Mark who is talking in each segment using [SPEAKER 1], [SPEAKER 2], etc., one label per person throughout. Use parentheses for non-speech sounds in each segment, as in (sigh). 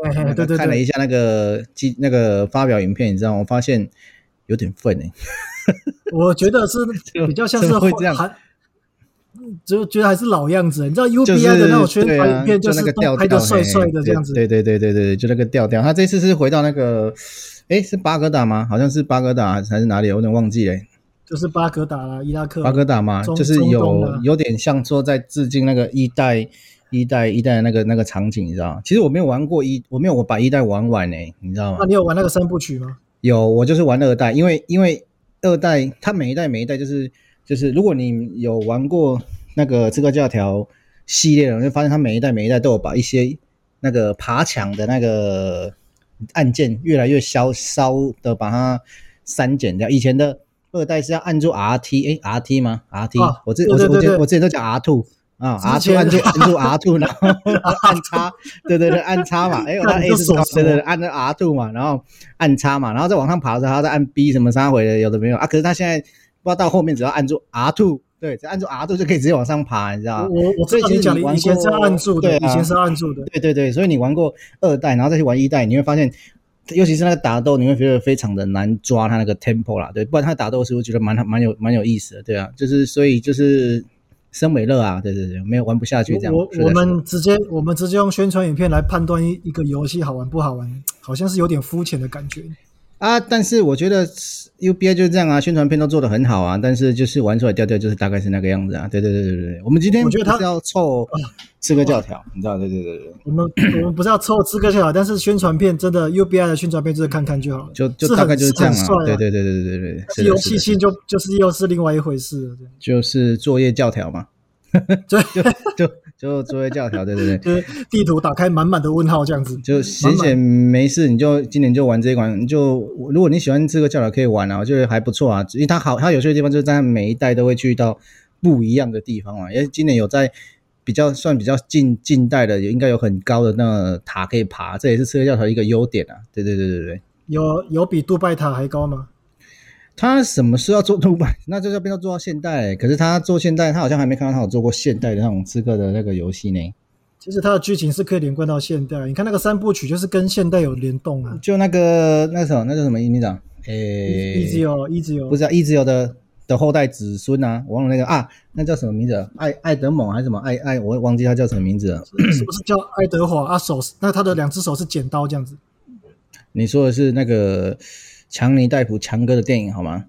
[SPEAKER 1] 哦
[SPEAKER 2] (laughs)
[SPEAKER 1] 对对对，
[SPEAKER 2] 看了一下那个记那个发表影片，你知道吗，我发现有点愤哎、
[SPEAKER 1] 我觉
[SPEAKER 2] (laughs)
[SPEAKER 1] 得是比较像是
[SPEAKER 2] 怎么会这样
[SPEAKER 1] 还，嗯就觉得还是老样子。你知道
[SPEAKER 2] 就
[SPEAKER 1] UBI
[SPEAKER 2] 是
[SPEAKER 1] 的那种宣传影片，
[SPEAKER 2] 对啊
[SPEAKER 1] 是
[SPEAKER 2] 那个
[SPEAKER 1] 都
[SPEAKER 2] 调
[SPEAKER 1] 拍
[SPEAKER 2] 调
[SPEAKER 1] 的帅帅的这样子。
[SPEAKER 2] 对对对对对对，就那个调调。他这次是回到那个，哎，是巴格达吗？好像是巴格达还是哪里？我有点忘记了。欸
[SPEAKER 1] 就是巴格达啦、伊拉克、
[SPEAKER 2] 巴格达嘛，
[SPEAKER 1] 啊中
[SPEAKER 2] 就是
[SPEAKER 1] 中东
[SPEAKER 2] 有
[SPEAKER 1] 啊
[SPEAKER 2] 有点像说在致敬那个一代一代一代的那个那个场景，你知道吗？其实我没有玩过一，我没有我把一代玩完呢、欸你知道吗
[SPEAKER 1] 那？你有玩那个三部曲吗？
[SPEAKER 2] 有，我就是玩二代，因为因为二代它每一代每一代就是就是，如果你有玩过那个这个教条系列的，你会发现它每一代每一代都有把一些那个爬墙的那个按键越来越消稍的把它删减掉。以前的二代是要按住 R T，哎、r T 吗？R T，、
[SPEAKER 1] 啊
[SPEAKER 2] 我这
[SPEAKER 1] 对
[SPEAKER 2] 我
[SPEAKER 1] 对
[SPEAKER 2] 这我
[SPEAKER 1] 对
[SPEAKER 2] 这我之前都讲 R two。啊，R
[SPEAKER 1] 之
[SPEAKER 2] two
[SPEAKER 1] 前
[SPEAKER 2] 按住按住 R two，然后
[SPEAKER 1] (laughs)
[SPEAKER 2] 按叉，对对对，按叉嘛，哎，我按
[SPEAKER 1] 你
[SPEAKER 2] A
[SPEAKER 1] 就是手
[SPEAKER 2] 高，对对
[SPEAKER 1] 熟
[SPEAKER 2] 对，按那 R two 嘛，然后按叉嘛，然后再往上爬的时候，他再按 B 什么啥回的，有的没有啊。可是他现在不知道到后面，只要按住 R two，对，只要按住 R two 就可以直接往上爬，你知
[SPEAKER 1] 我
[SPEAKER 2] 道吗？
[SPEAKER 1] 我我知
[SPEAKER 2] 啊所以
[SPEAKER 1] 道
[SPEAKER 2] 其实
[SPEAKER 1] 你讲
[SPEAKER 2] 你
[SPEAKER 1] 的，
[SPEAKER 2] 玩
[SPEAKER 1] 以前是
[SPEAKER 2] 过
[SPEAKER 1] 按住的，
[SPEAKER 2] 对
[SPEAKER 1] 以
[SPEAKER 2] 啊
[SPEAKER 1] 前是按住的。
[SPEAKER 2] 对对对，所以你玩过二代，然后再去玩一代，你会发现，尤其是那个打斗，你会觉得非常的难抓他那个 tempo 啦，对，不然他打斗的时候觉得蛮蛮有蛮有意思的，对啊，就是所以就是生为乐啊，对对对，没有玩不下去这样。
[SPEAKER 1] 我
[SPEAKER 2] 是
[SPEAKER 1] 我
[SPEAKER 2] 的
[SPEAKER 1] 我
[SPEAKER 2] 是的
[SPEAKER 1] 们直接我们直接用宣传影片来判断一一个游戏好玩不好玩，好像是有点肤浅的感觉。
[SPEAKER 2] 啊，但是我觉得 UBI 就是这样啊，宣传片都做得很好啊，但是就是玩出来调调就是大概是那个样子啊。对对对对对对，我们今天
[SPEAKER 1] 我觉得他
[SPEAKER 2] 不是要凑吃个教条，你知道？对对对对，对
[SPEAKER 1] 我们我们不是要凑资格就好，但是宣传片真的 UBI 的宣传片就是看看就好了，
[SPEAKER 2] 就就是大
[SPEAKER 1] 很
[SPEAKER 2] 概就是这样
[SPEAKER 1] 是很帅
[SPEAKER 2] 啊。对对对对对对对，是
[SPEAKER 1] 游
[SPEAKER 2] 的，
[SPEAKER 1] 戏
[SPEAKER 2] 是的，
[SPEAKER 1] 性就就是又是另外一回事了，
[SPEAKER 2] 就是作业教条 (laughs) 嘛，
[SPEAKER 1] 对，
[SPEAKER 2] 就就作业教条，对对对。
[SPEAKER 1] 就就是地图打开满满的问号这样子。
[SPEAKER 2] 就闲闲没事，你就今年就玩这一款。你就如果你喜欢这个教条，可以玩啊，我觉得还不错啊。因为它好，它有趣的地方就是在它每一代都会去到不一样的地方啊嘛。因为今年有在比较算比较近近代的，也应该有很高的那个塔可以爬，这也是刺客教条一个优点啊。对对对对对，
[SPEAKER 1] 有有比杜拜塔还高吗？
[SPEAKER 2] 他什么时候要做杜拜？那就是要变到做到现代、可是他做现代，他好像还没看到他有做过现代的那种刺客的那个游戏呢。
[SPEAKER 1] 其实它的剧情是可以连贯到现代，啊你看那个三部曲就是跟现代有联动啊。
[SPEAKER 2] 就那个那什么，那叫什么营长？诶、
[SPEAKER 1] 一直有，一直有
[SPEAKER 2] 不，是、啊、一直有的的后代子孙啊，我忘了那个啊，那叫什么名字啊？艾艾德蒙还是什么艾艾？我忘记他叫什么名字了。
[SPEAKER 1] (clears throat) 是不是叫爱德华啊？手是那他的两只手是剪刀这样子，
[SPEAKER 2] 你说的是那个强尼戴普强哥的电影
[SPEAKER 1] (laughs)
[SPEAKER 2] 好吗？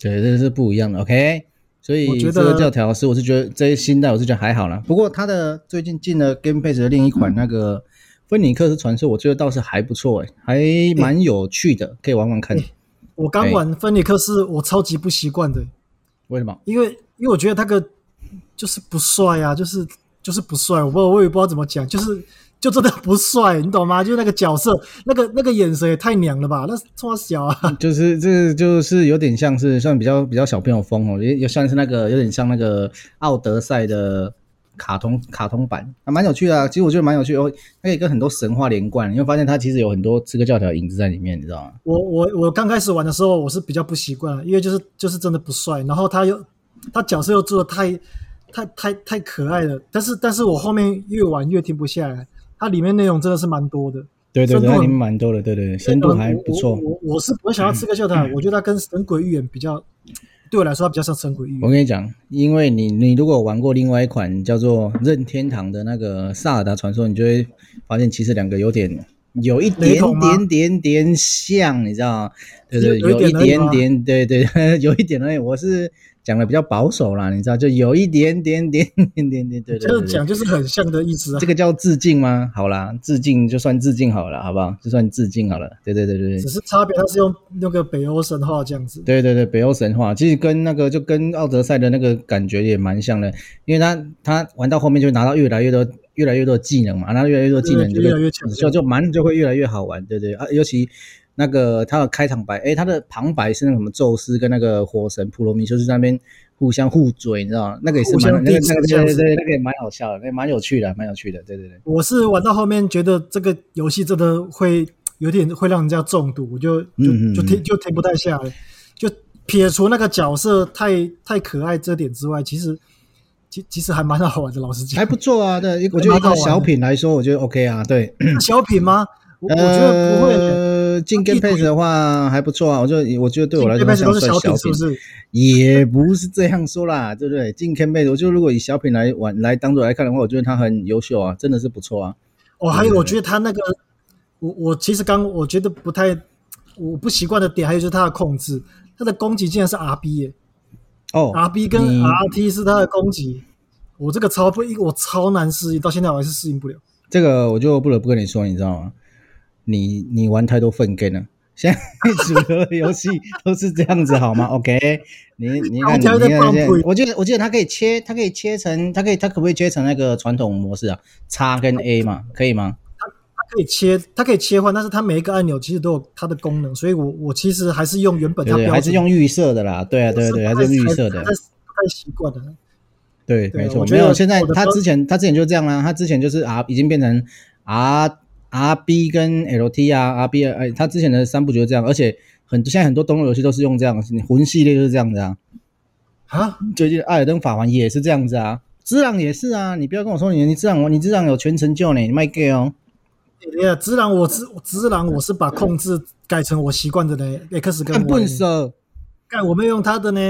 [SPEAKER 2] 对，这是不一样的。OK，所
[SPEAKER 1] 我
[SPEAKER 2] 以
[SPEAKER 1] 觉
[SPEAKER 2] 这
[SPEAKER 1] 得
[SPEAKER 2] 个教条是我是觉得这一新代我是觉得还好啦。不过他的最近进了 Game Pass 的另一款那个芬尼克斯传说，我觉得倒是还不错诶、还蛮有趣的，可以玩玩看。
[SPEAKER 1] 嗯我
[SPEAKER 2] 哎
[SPEAKER 1] 刚玩芬尼克斯，我超级不习惯的，
[SPEAKER 2] 为什么？
[SPEAKER 1] 因为因为我觉得那个就是不帅啊，就是就是不帅，我不知道我也不知道怎么讲，就是就真的不帅，你懂吗？就是那个角色，那个那个眼神也太娘了吧，那冲他小啊， (laughs)
[SPEAKER 2] 就是这就是有点像是算比较比较小朋友风哦，也也算是那个有点像那个奥德赛的卡通卡通版，还、蛮有趣的、啊。其实我觉得蛮有趣的哦，它可以跟很多神话连贯，你会发现它其实有很多这个教条影子在里面，你知道吗？
[SPEAKER 1] 我我我刚开始玩的时候，我是比较不习惯，因为就是就是真的不帅，然后他又他角色又做的太太太太可爱了，但是但是我后面越玩越停不下来，它里面内容真的是蛮多的。
[SPEAKER 2] 对对
[SPEAKER 1] 深
[SPEAKER 2] 对，
[SPEAKER 1] 度
[SPEAKER 2] 它里面蛮多的，哦对对对，深度还不错嗯
[SPEAKER 1] 我。我我我是不会想要吃个秀塔，我觉得它跟神鬼预言比较，对我来说它比较像神鬼预
[SPEAKER 2] 我
[SPEAKER 1] 言。
[SPEAKER 2] 跟你讲，因为你你如果有玩过另外一款叫做《任天堂》的那个《萨尔达传说》，你就会发现其实两个有点有一
[SPEAKER 1] 雷
[SPEAKER 2] 点
[SPEAKER 1] 同吗
[SPEAKER 2] 点点点像，你知道吗？对对，
[SPEAKER 1] 有有
[SPEAKER 2] 有
[SPEAKER 1] 一
[SPEAKER 2] 一
[SPEAKER 1] 点而已吗
[SPEAKER 2] 点点，对对， (laughs) 对有一点而已。我是讲的比较保守啦，你知道，就有一点点点点点点，对对
[SPEAKER 1] 就
[SPEAKER 2] 对
[SPEAKER 1] 是
[SPEAKER 2] 对。
[SPEAKER 1] 讲就是很像的意思啊
[SPEAKER 2] 这，个叫致敬吗？好啦，致敬就算致敬好了，好不好？就算致敬好了。对对对对对
[SPEAKER 1] 只。是差别它是用那个北欧神话这样子。
[SPEAKER 2] 对对对，北欧神话其实跟那个就跟奥德赛的那个感觉也蛮像的，因为他他玩到后面就拿到越来越多越来越多的技能嘛，拿到越来越多技能
[SPEAKER 1] 对
[SPEAKER 2] 就
[SPEAKER 1] 越来越强
[SPEAKER 2] 就就蛮就会越来越好玩，对对啊，尤其那个他的开场白，诶，他的旁白是那个什么宙斯跟那个火神普罗米修斯在那边互相互追，你知道吗？那个也是蛮
[SPEAKER 1] 互相
[SPEAKER 2] 那个
[SPEAKER 1] 递纸
[SPEAKER 2] 那个
[SPEAKER 1] 这样
[SPEAKER 2] 对对
[SPEAKER 1] 子
[SPEAKER 2] 对，那个也蛮好笑的，那个蛮有趣的，蛮有趣的，对对
[SPEAKER 1] (laughs)
[SPEAKER 2] 对。
[SPEAKER 1] 我是玩到后面觉得这个游戏真的会有点会让人家中毒，我就就
[SPEAKER 2] 嗯嗯嗯
[SPEAKER 1] 就停就停不太下来。就撇除那个角色太太可爱这点之外，其实其其实还蛮好玩的，老实讲
[SPEAKER 2] 还。不错啊。对，我觉得
[SPEAKER 1] 蛮
[SPEAKER 2] 一
[SPEAKER 1] 好
[SPEAKER 2] 个
[SPEAKER 1] 玩的
[SPEAKER 2] 小品来说，我觉得 OK 啊。对，
[SPEAKER 1] 是小品吗？我我觉得不会的，
[SPEAKER 2] 呃，进
[SPEAKER 1] 它地
[SPEAKER 2] Game
[SPEAKER 1] 图
[SPEAKER 2] Pass 的话还不错啊。我就我觉得对我来
[SPEAKER 1] 这
[SPEAKER 2] 说，
[SPEAKER 1] 辈
[SPEAKER 2] 它
[SPEAKER 1] 子
[SPEAKER 2] 像
[SPEAKER 1] 都是
[SPEAKER 2] 算
[SPEAKER 1] 小
[SPEAKER 2] 小
[SPEAKER 1] 品，是
[SPEAKER 2] 品
[SPEAKER 1] 不，是？
[SPEAKER 2] 也不是这样说啦， (laughs) 对不对？进 Game Pass，我觉得如果以小品来玩来当做来看的话，我觉得它很优秀啊，真的是不错啊。
[SPEAKER 1] 我哦还有，我觉得他那个，我我其实刚我觉得不太，我不习惯的点，还有就是他的控制，他的攻击竟然是 RB 耶、
[SPEAKER 2] 哦
[SPEAKER 1] r b 跟
[SPEAKER 2] 你
[SPEAKER 1] RT 是他的攻击，我这个超不，我超难适应，到现在我还是适应不了。
[SPEAKER 2] 这个我就不得不跟你说，你知道吗？你你玩太多粪 game 了。 (laughs) 现在主流的游戏都是这样子，好吗？OK，你你看，你
[SPEAKER 1] 大家
[SPEAKER 2] 看
[SPEAKER 1] 都在放
[SPEAKER 2] 现在
[SPEAKER 1] 屁
[SPEAKER 2] 我记得我记得它可以切，它可以切成，它可以它可不可以切成那个传统模式啊？x 跟 A 嘛，可以吗？
[SPEAKER 1] 它可以切，它可以切换，但是它每一个按钮其实都有它的功能，所以我我其实还是用原本
[SPEAKER 2] 对
[SPEAKER 1] 它
[SPEAKER 2] 不对，
[SPEAKER 1] 标
[SPEAKER 2] 还
[SPEAKER 1] 准，
[SPEAKER 2] 是用预设的啦。对啊，对啊对啊，还是用预设的
[SPEAKER 1] 不太。不太习惯的。
[SPEAKER 2] 对，
[SPEAKER 1] 对
[SPEAKER 2] 没错
[SPEAKER 1] 我，觉
[SPEAKER 2] 没
[SPEAKER 1] 得
[SPEAKER 2] 有。现在
[SPEAKER 1] 我的
[SPEAKER 2] 他
[SPEAKER 1] 标
[SPEAKER 2] 之前他之前就这样啊啦，他之前就是 R 已经变成 R R B 跟 L T 啊，R B 哎，他之前的三部曲就这样，而且很现在很多动作游戏都是用这样，魂系列就是这样的啊。
[SPEAKER 1] 啊，
[SPEAKER 2] 最近《艾尔登法环》也是这样子啊，《之狼》也是啊，你不要跟我说你你《之狼》你《之狼》有全成就呢，你卖 gay 哦。
[SPEAKER 1] 哎呀，直狼我直直狼我是把控制改成我习惯的呢，X 跟
[SPEAKER 2] 干
[SPEAKER 1] Y
[SPEAKER 2] 笨
[SPEAKER 1] 呢。
[SPEAKER 2] 手，
[SPEAKER 1] 干我没有用它的呢，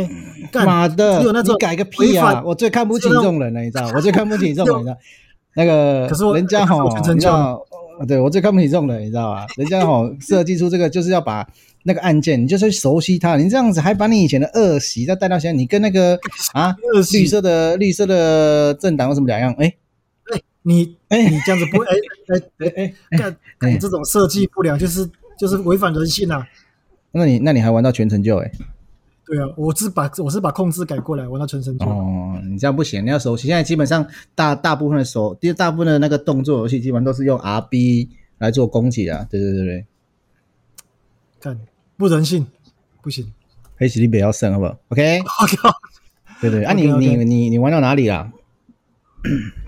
[SPEAKER 1] 干
[SPEAKER 2] 妈的，
[SPEAKER 1] 只有那种
[SPEAKER 2] 你改个屁
[SPEAKER 1] 违
[SPEAKER 2] 啊！
[SPEAKER 1] 反
[SPEAKER 2] 我最看不起这种人了，啊你知道？我最看不起这种人
[SPEAKER 1] (laughs)
[SPEAKER 2] 了。那个，
[SPEAKER 1] 可是我
[SPEAKER 2] 人
[SPEAKER 1] 可
[SPEAKER 2] 家
[SPEAKER 1] 是
[SPEAKER 2] 吼
[SPEAKER 1] 我全，成
[SPEAKER 2] 你知
[SPEAKER 1] 就了
[SPEAKER 2] 道，对我最看不起这种人，你知道吧？人家吼 (laughs) 设计出这个就是要把那个按键，你就是熟悉它，你这样子还把你以前的恶习再带到现在，你跟那个啊
[SPEAKER 1] 恶习
[SPEAKER 2] 绿色的绿色的政党有什么两样？哎
[SPEAKER 1] 你
[SPEAKER 2] 哎
[SPEAKER 1] 你这样子不哎哎
[SPEAKER 2] 哎哎，
[SPEAKER 1] 哎干
[SPEAKER 2] (laughs) 哎
[SPEAKER 1] 干这种设计不良就是就是违反人性啊！
[SPEAKER 2] 那你那你还玩到全成就哎？
[SPEAKER 1] 对啊，我是把我是把控制改过来，玩到全身就。
[SPEAKER 2] 哦，你这样不行，你要熟悉。现在基本上大大部分的手，第大部分的那个动作游戏，基本上都是用 R B 来做攻击啊。对对对对。
[SPEAKER 1] 干不人性，不行！ (laughs)
[SPEAKER 2] 黑实力比较深，好不好？OK，
[SPEAKER 1] 我靠，
[SPEAKER 2] 对对，啊你
[SPEAKER 1] OK，OK
[SPEAKER 2] 你你你玩到哪里啦？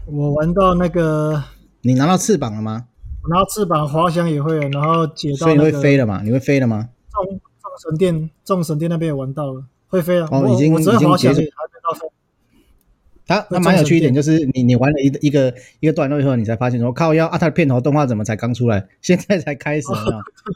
[SPEAKER 1] 我玩到那个
[SPEAKER 2] 你拿到翅膀了吗？
[SPEAKER 1] 我拿翅膀滑翔也会了，然后解到
[SPEAKER 2] 所以你
[SPEAKER 1] 那
[SPEAKER 2] 会
[SPEAKER 1] 个
[SPEAKER 2] 飞了嘛？你会飞了吗？
[SPEAKER 1] 众众神殿，众神殿那边也玩到了，会飞啊！
[SPEAKER 2] 哦
[SPEAKER 1] 我
[SPEAKER 2] 已经
[SPEAKER 1] 我只会
[SPEAKER 2] 已经
[SPEAKER 1] 滑翔而
[SPEAKER 2] 结
[SPEAKER 1] 已，还
[SPEAKER 2] 束
[SPEAKER 1] 没到飞。
[SPEAKER 2] 它
[SPEAKER 1] 那
[SPEAKER 2] 它蛮有趣一点，
[SPEAKER 1] 中
[SPEAKER 2] 就是你你玩了一一个一个段落以后，你才发现说靠腰啊，它的片头动画怎么才刚出来？现在才开始呢。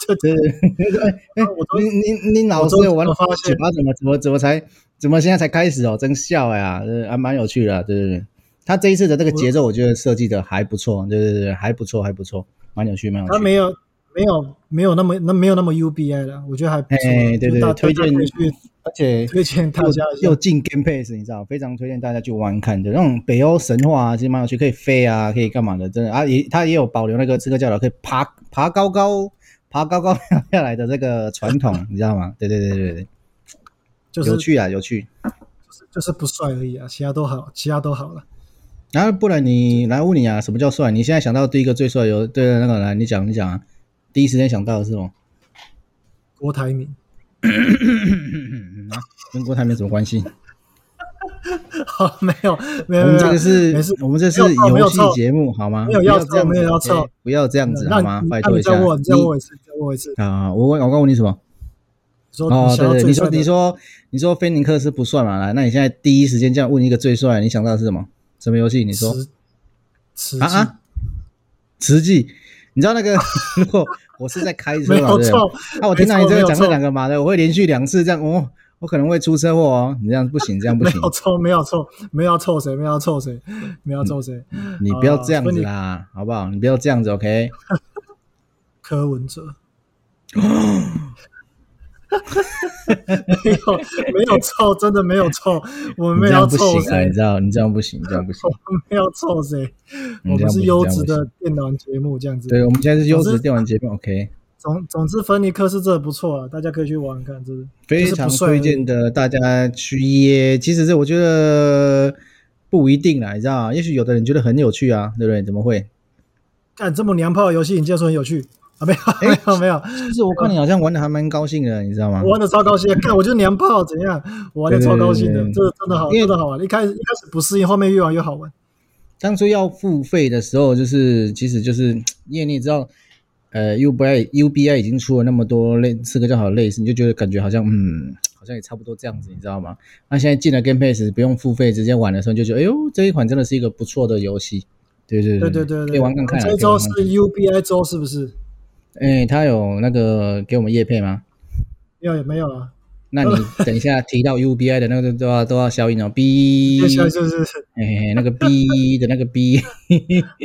[SPEAKER 1] 对对，
[SPEAKER 2] 对对对，哎
[SPEAKER 1] (laughs) 我都
[SPEAKER 2] 你 (laughs) 你你老师
[SPEAKER 1] 我都
[SPEAKER 2] 玩
[SPEAKER 1] 我发
[SPEAKER 2] 嘴
[SPEAKER 1] 现
[SPEAKER 2] 巴怎么怎么怎么才怎么现在才开始哦，真笑呀、呃还蛮有趣的啊、对对对。他这一次的这个节奏，我觉得设计的还不错，对对对，还不错，还不错，蛮有趣，蛮有趣。
[SPEAKER 1] 它没有没有没有那么那没有那么 UBI 了，我觉得还不错。
[SPEAKER 2] 哎对对
[SPEAKER 1] 就大
[SPEAKER 2] 推荐
[SPEAKER 1] 大家可以去
[SPEAKER 2] 而且
[SPEAKER 1] 推荐大
[SPEAKER 2] 又
[SPEAKER 1] 家一下
[SPEAKER 2] 又。进 Game Pass，你知道，非常推荐大家去玩看的。那种北欧神话啊，其实蛮有趣，可以飞啊，可以干嘛的，真的啊，也它也有保留那个刺客教条可以爬爬高高、爬高 (laughs) 高下来的这个传统，你知道吗？对对对对对，
[SPEAKER 1] 就是
[SPEAKER 2] 有趣啊，有趣。
[SPEAKER 1] 就是不帅而已啊，其他都好，其他都好了。
[SPEAKER 2] 然后不然你来问你啊，什么叫帅？你现在想到第一个最帅有对的那个来，你讲你讲啊，第一时间想到的是什么？
[SPEAKER 1] 郭台铭， (laughs)
[SPEAKER 2] 跟郭台铭有什么关系？
[SPEAKER 1] 好，没有没有
[SPEAKER 2] 我
[SPEAKER 1] 没
[SPEAKER 2] 们
[SPEAKER 1] 有，
[SPEAKER 2] 这个是
[SPEAKER 1] 呃没事，
[SPEAKER 2] 我们这是
[SPEAKER 1] 没有错没有
[SPEAKER 2] 游戏
[SPEAKER 1] 错
[SPEAKER 2] 节目好吗？
[SPEAKER 1] 没有
[SPEAKER 2] 不
[SPEAKER 1] 要
[SPEAKER 2] 这
[SPEAKER 1] 错
[SPEAKER 2] 样
[SPEAKER 1] 没有
[SPEAKER 2] 子
[SPEAKER 1] 要
[SPEAKER 2] OK？
[SPEAKER 1] 错
[SPEAKER 2] 不要这样子
[SPEAKER 1] 那
[SPEAKER 2] 好
[SPEAKER 1] 你
[SPEAKER 2] 吗？
[SPEAKER 1] 那
[SPEAKER 2] 拜托
[SPEAKER 1] 你
[SPEAKER 2] 一
[SPEAKER 1] 再
[SPEAKER 2] 下，
[SPEAKER 1] 问我，你再问我一次，你再问我一次。
[SPEAKER 2] 啊，我问我刚问你什么？
[SPEAKER 1] 说
[SPEAKER 2] 哦
[SPEAKER 1] 你，想要
[SPEAKER 2] 对对，
[SPEAKER 1] 最
[SPEAKER 2] 你说
[SPEAKER 1] 帅的
[SPEAKER 2] 你说你说菲尼克斯不算嘛？来，那你现在第一时间这样问一个最帅，你想到的是什么？什么游戏？你说
[SPEAKER 1] 实实
[SPEAKER 2] 啊啊，慈济。你知道那个， (laughs) 如果我是在开车
[SPEAKER 1] 没
[SPEAKER 2] 嘛，
[SPEAKER 1] 有
[SPEAKER 2] 对不
[SPEAKER 1] 错
[SPEAKER 2] 对？，啊，我听到你
[SPEAKER 1] 没错
[SPEAKER 2] 这个讲
[SPEAKER 1] 没
[SPEAKER 2] 这
[SPEAKER 1] 有错
[SPEAKER 2] 两个嘛的，我会连续两次这样，哦，我可能会出车祸哦。你这样不行，这样不
[SPEAKER 1] 没 (laughs)
[SPEAKER 2] 行，
[SPEAKER 1] 有错，没有错，没有要凑谁，没有要凑谁，没有要凑谁。
[SPEAKER 2] 你不要这样
[SPEAKER 1] 啊
[SPEAKER 2] 子
[SPEAKER 1] 芬尼
[SPEAKER 2] 啦，好不好？你不要这样子，OK？
[SPEAKER 1] 柯文哲。 (laughs) 没有，没有凑，真的没有凑，我们
[SPEAKER 2] 你
[SPEAKER 1] 没
[SPEAKER 2] 这
[SPEAKER 1] 有哎
[SPEAKER 2] 样
[SPEAKER 1] 要
[SPEAKER 2] 不
[SPEAKER 1] 凑
[SPEAKER 2] 行啊，
[SPEAKER 1] 谁
[SPEAKER 2] 你，知道，你这样不行，这样不行。
[SPEAKER 1] 我们没有凑谁，(laughs)
[SPEAKER 2] 嗯
[SPEAKER 1] 我们
[SPEAKER 2] 这样不
[SPEAKER 1] 是
[SPEAKER 2] 行
[SPEAKER 1] 优
[SPEAKER 2] 这样
[SPEAKER 1] 质
[SPEAKER 2] 不行
[SPEAKER 1] 的电脑节目这样子。
[SPEAKER 2] 对，我们现在是优
[SPEAKER 1] 总
[SPEAKER 2] 质
[SPEAKER 1] 之
[SPEAKER 2] 电玩节目，OK？
[SPEAKER 1] 总总之，芬尼克是真的不错啊，大家可以去玩玩看，真的
[SPEAKER 2] 非
[SPEAKER 1] 就是
[SPEAKER 2] 常
[SPEAKER 1] 不帅而
[SPEAKER 2] 推
[SPEAKER 1] 已
[SPEAKER 2] 荐的大家去耶。其实是我觉得不一定啦，你知道吗，也许有的人觉得很有趣啊，对不对？怎么会？
[SPEAKER 1] 干这么娘炮的游戏，你竟然说很有趣啊？没有，没有，没有，
[SPEAKER 2] 就是我看你好像玩的还蛮高兴的，你知道吗
[SPEAKER 1] 我？玩的超高
[SPEAKER 2] (laughs)
[SPEAKER 1] 兴的，干我就是娘炮，怎样？我玩的超高兴的，
[SPEAKER 2] 对对对对
[SPEAKER 1] 这个真的好，
[SPEAKER 2] 因为
[SPEAKER 1] 真的好玩。一开始一开始不适应，后面越玩越好玩。
[SPEAKER 2] 当初要付费的时候，就是其实就是因为你也知道，呃 UBI UBI 已经出了那么多类四个叫好类似，你就觉得感觉好像嗯，好像也差不多这样子，你知道吗？那现在进了 Game Pass 不用付费，直接玩的时候就觉得，哎呦，这一款真的是一个不错的游戏。对对
[SPEAKER 1] 对
[SPEAKER 2] 对
[SPEAKER 1] 对对
[SPEAKER 2] 可以
[SPEAKER 1] 对，
[SPEAKER 2] 玩看看啊。
[SPEAKER 1] 这一
[SPEAKER 2] 可以玩
[SPEAKER 1] 周
[SPEAKER 2] 看
[SPEAKER 1] 是
[SPEAKER 2] 看
[SPEAKER 1] UBI 周是不是？
[SPEAKER 2] 哎，他有那个给我们叶配吗？
[SPEAKER 1] 没有没有啊，
[SPEAKER 2] 那你等一下提到 UBI 的那个都要都要消音哦，哔
[SPEAKER 1] 接，下来就是
[SPEAKER 2] 哎，那个哔的那个哔，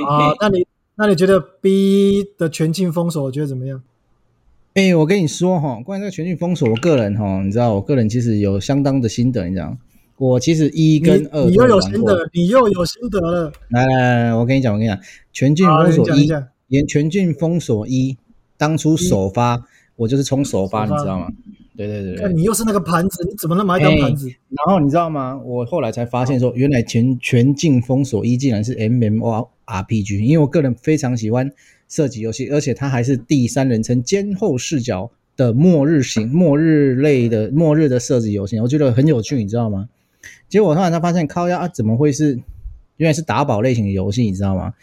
[SPEAKER 1] 啊，那你那你觉得 B 的全境封锁，觉得怎么样？
[SPEAKER 2] (laughs) 哎、我跟你说哈，关于这个全境封锁，我个人哈，你知道，我个人其实有相当的心得，你知道，我其实一
[SPEAKER 1] 你
[SPEAKER 2] 跟二
[SPEAKER 1] 你
[SPEAKER 2] 都
[SPEAKER 1] 又有
[SPEAKER 2] 玩
[SPEAKER 1] 心
[SPEAKER 2] 过。
[SPEAKER 1] 得，你又有心得了。
[SPEAKER 2] 来来来来，我跟你讲，我跟你讲，全境
[SPEAKER 1] 好，
[SPEAKER 2] 封
[SPEAKER 1] 你
[SPEAKER 2] 锁
[SPEAKER 1] 讲一
[SPEAKER 2] 一，
[SPEAKER 1] 下。
[SPEAKER 2] 连全境封锁一，当初首发我就是冲首发，
[SPEAKER 1] 首
[SPEAKER 2] 你
[SPEAKER 1] 发
[SPEAKER 2] 知道吗？对对对对
[SPEAKER 1] 看。你又是那个盘子，你怎么那么爱当
[SPEAKER 2] 哎
[SPEAKER 1] 盘子？
[SPEAKER 2] 然后你知道吗？我后来才发现说，原来全全境封锁一竟然是 MMORPG，因为我个人非常喜欢射击游戏，而且它还是第三人称监后视角的末日 (laughs) 型、末日类的末日的射击游戏，我觉得很有趣，你知道吗？结果我突然才发现，靠呀、啊，怎么会是原来是打宝类型的游戏，你知道吗？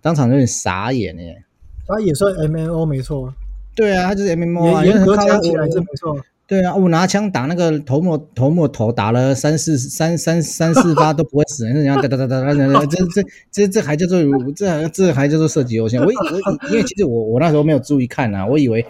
[SPEAKER 2] 当场有点傻眼耶、
[SPEAKER 1] 它也算 M N O 没错啊，
[SPEAKER 2] 对啊，它就是 MMO 啊，
[SPEAKER 1] 严严格
[SPEAKER 2] 靠呀
[SPEAKER 1] 讲起来
[SPEAKER 2] 我
[SPEAKER 1] 是没错。
[SPEAKER 2] 对啊，我拿枪打那个头目头目头打了三四三三三四发都不会死人，人家哒哒哒哒哒哒，这这这这还叫做这这还叫做射击游戏？我以我以因为其实我我那时候没有注意看啊，我以为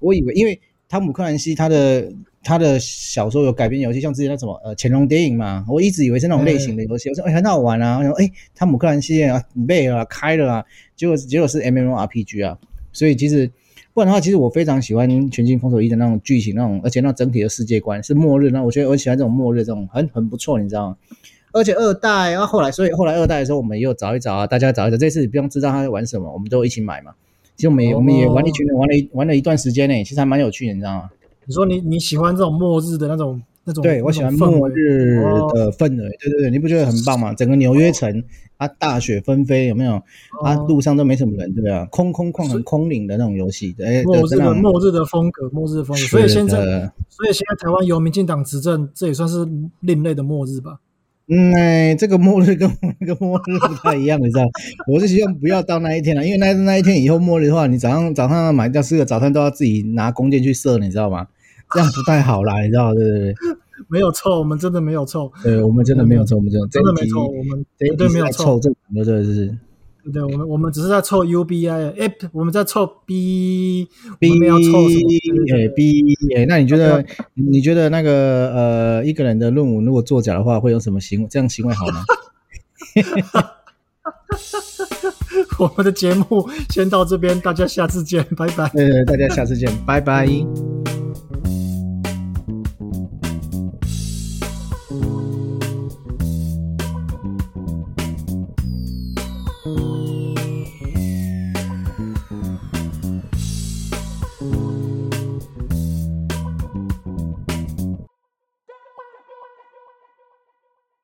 [SPEAKER 2] 我以为因为汤姆克兰西他的他的小说有改编游戏，像之前那什么呃潜龙谍影嘛，我一直以为是那种类型的游戏，我说哎、很好玩啊，然后哎汤姆克兰西啊背了啊开了啊，结果结果是 MMORPG 啊，所以其实不然的话，其实我非常喜欢《全境封锁一》的那种剧情，那种而且那整体的世界观是末日，那我觉得我喜欢这种末日这种很很不错，你知道吗？而且二代，啊然后后来，所以后来二代的时候，我们也有找一找啊，大家找一找，这次不用知道他在玩什么，我们都一起买嘛。其实我们也、
[SPEAKER 1] 哦
[SPEAKER 2] 我们也玩一群人，玩了一玩了一段时间呢、其实还蛮有趣的，你知道吗？
[SPEAKER 1] 你说你你喜欢这种末日的那种那种，
[SPEAKER 2] 对，我喜欢末日的氛围，对对对，你不觉得很棒吗？整个纽约城啊，大雪纷飞，有没有？啊，
[SPEAKER 1] 啊，
[SPEAKER 2] 路上都没什么人，对不对？空空旷
[SPEAKER 1] 所
[SPEAKER 2] 很
[SPEAKER 1] 以
[SPEAKER 2] 空灵的那种游戏，哎，
[SPEAKER 1] 末日
[SPEAKER 2] 的那
[SPEAKER 1] 的
[SPEAKER 2] 种。
[SPEAKER 1] 末日的风格，末日的风格。所以
[SPEAKER 2] 是
[SPEAKER 1] 现在，
[SPEAKER 2] 的
[SPEAKER 1] 所以现在台湾由民进党执政，这也算是另类的末日吧？ (laughs)
[SPEAKER 2] 嗯，哎，这个末日跟我那个末日不太一样，你知道？我是希望不要到那一天了，因为那那一天以后末日的话，你早上早上买掉吃个早餐都要自己拿弓箭去射，你知道
[SPEAKER 1] (laughs)
[SPEAKER 2] 吗？这样不太好啦，你知道？对对对，
[SPEAKER 1] 没有错，我们真的没有错，
[SPEAKER 2] 对我们真的没有错，我们真的
[SPEAKER 1] 真的没
[SPEAKER 2] 这一集
[SPEAKER 1] 错，我们
[SPEAKER 2] 这
[SPEAKER 1] 绝
[SPEAKER 2] 一集
[SPEAKER 1] 对没
[SPEAKER 2] 是
[SPEAKER 1] 有
[SPEAKER 2] 在
[SPEAKER 1] 错
[SPEAKER 2] 凑。这个，对对对。
[SPEAKER 1] 对对，我们我们只是在凑 UBI，哎，不我们在凑 B，
[SPEAKER 2] B
[SPEAKER 1] 我们没有凑什么对
[SPEAKER 2] 哎
[SPEAKER 1] 对对
[SPEAKER 2] B 哎，那你觉
[SPEAKER 1] 要
[SPEAKER 2] 得你觉得那个呃一个人的论文如果作假的话，会有什么行为？这样行为好吗？
[SPEAKER 1] (laughs) 我们的节目先到这边，大家下次见，拜拜。
[SPEAKER 2] 对对，对大家下次见，拜拜。